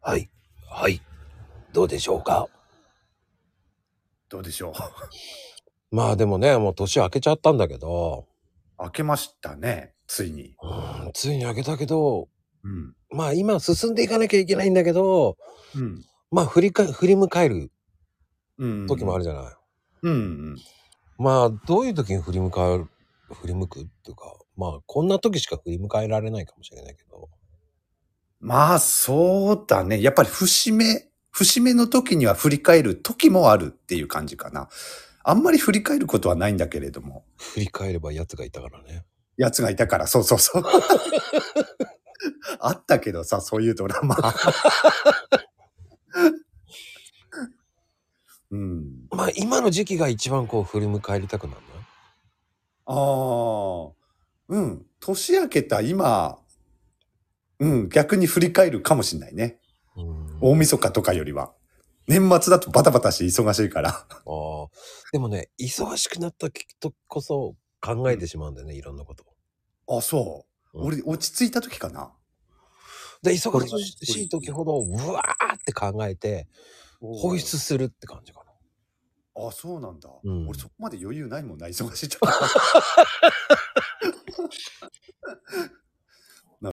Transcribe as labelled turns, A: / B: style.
A: はい。はい。どうでしょうか
B: どう でしょ
A: まあでもね、もう年明けちゃったんだけど、
B: う。開けましたね、ついに。
A: うんついに明けたけど、
B: うん。
A: まあ今進んでいかなきゃいけないんだけど、
B: うん。
A: まあ振りか、振り向かえる
B: うん。
A: 時もあるじゃない。
B: うんうん。
A: まあどういう時に振り向かえる、振り向くっていうか、まあこんな時しか振り向かえられないかもしれないけど、
B: まあ、そうだね。やっぱり節目、節目の時には振り返る時もあるっていう感じかな。あんまり振り返ることはないんだけれども。
A: 振り返れば奴がいたからね。
B: 奴がいたから、そうそうそう。 あったけどさ、そういうドラ マ。うん。
A: まあ今の時期が一番こう振り向かえりたくなるの
B: ああ、うん。年明けた今、うん、逆に振り返るかもしんないね。
A: うん、
B: 大晦日とかよりは。年末だとバタバタして忙しいから。
A: あーでもね忙しくなった時こそ考えてしまうんだよね、いろんなこと
B: あ、そう。
A: うん
B: 俺、落ち着いた時かな。
A: で忙しい時ほどうわーって考えて
B: 放
A: 放出するって感じか
B: あ、そうなんだ。
A: うん
B: 俺、そこまで余裕ないもんな、忙しい時。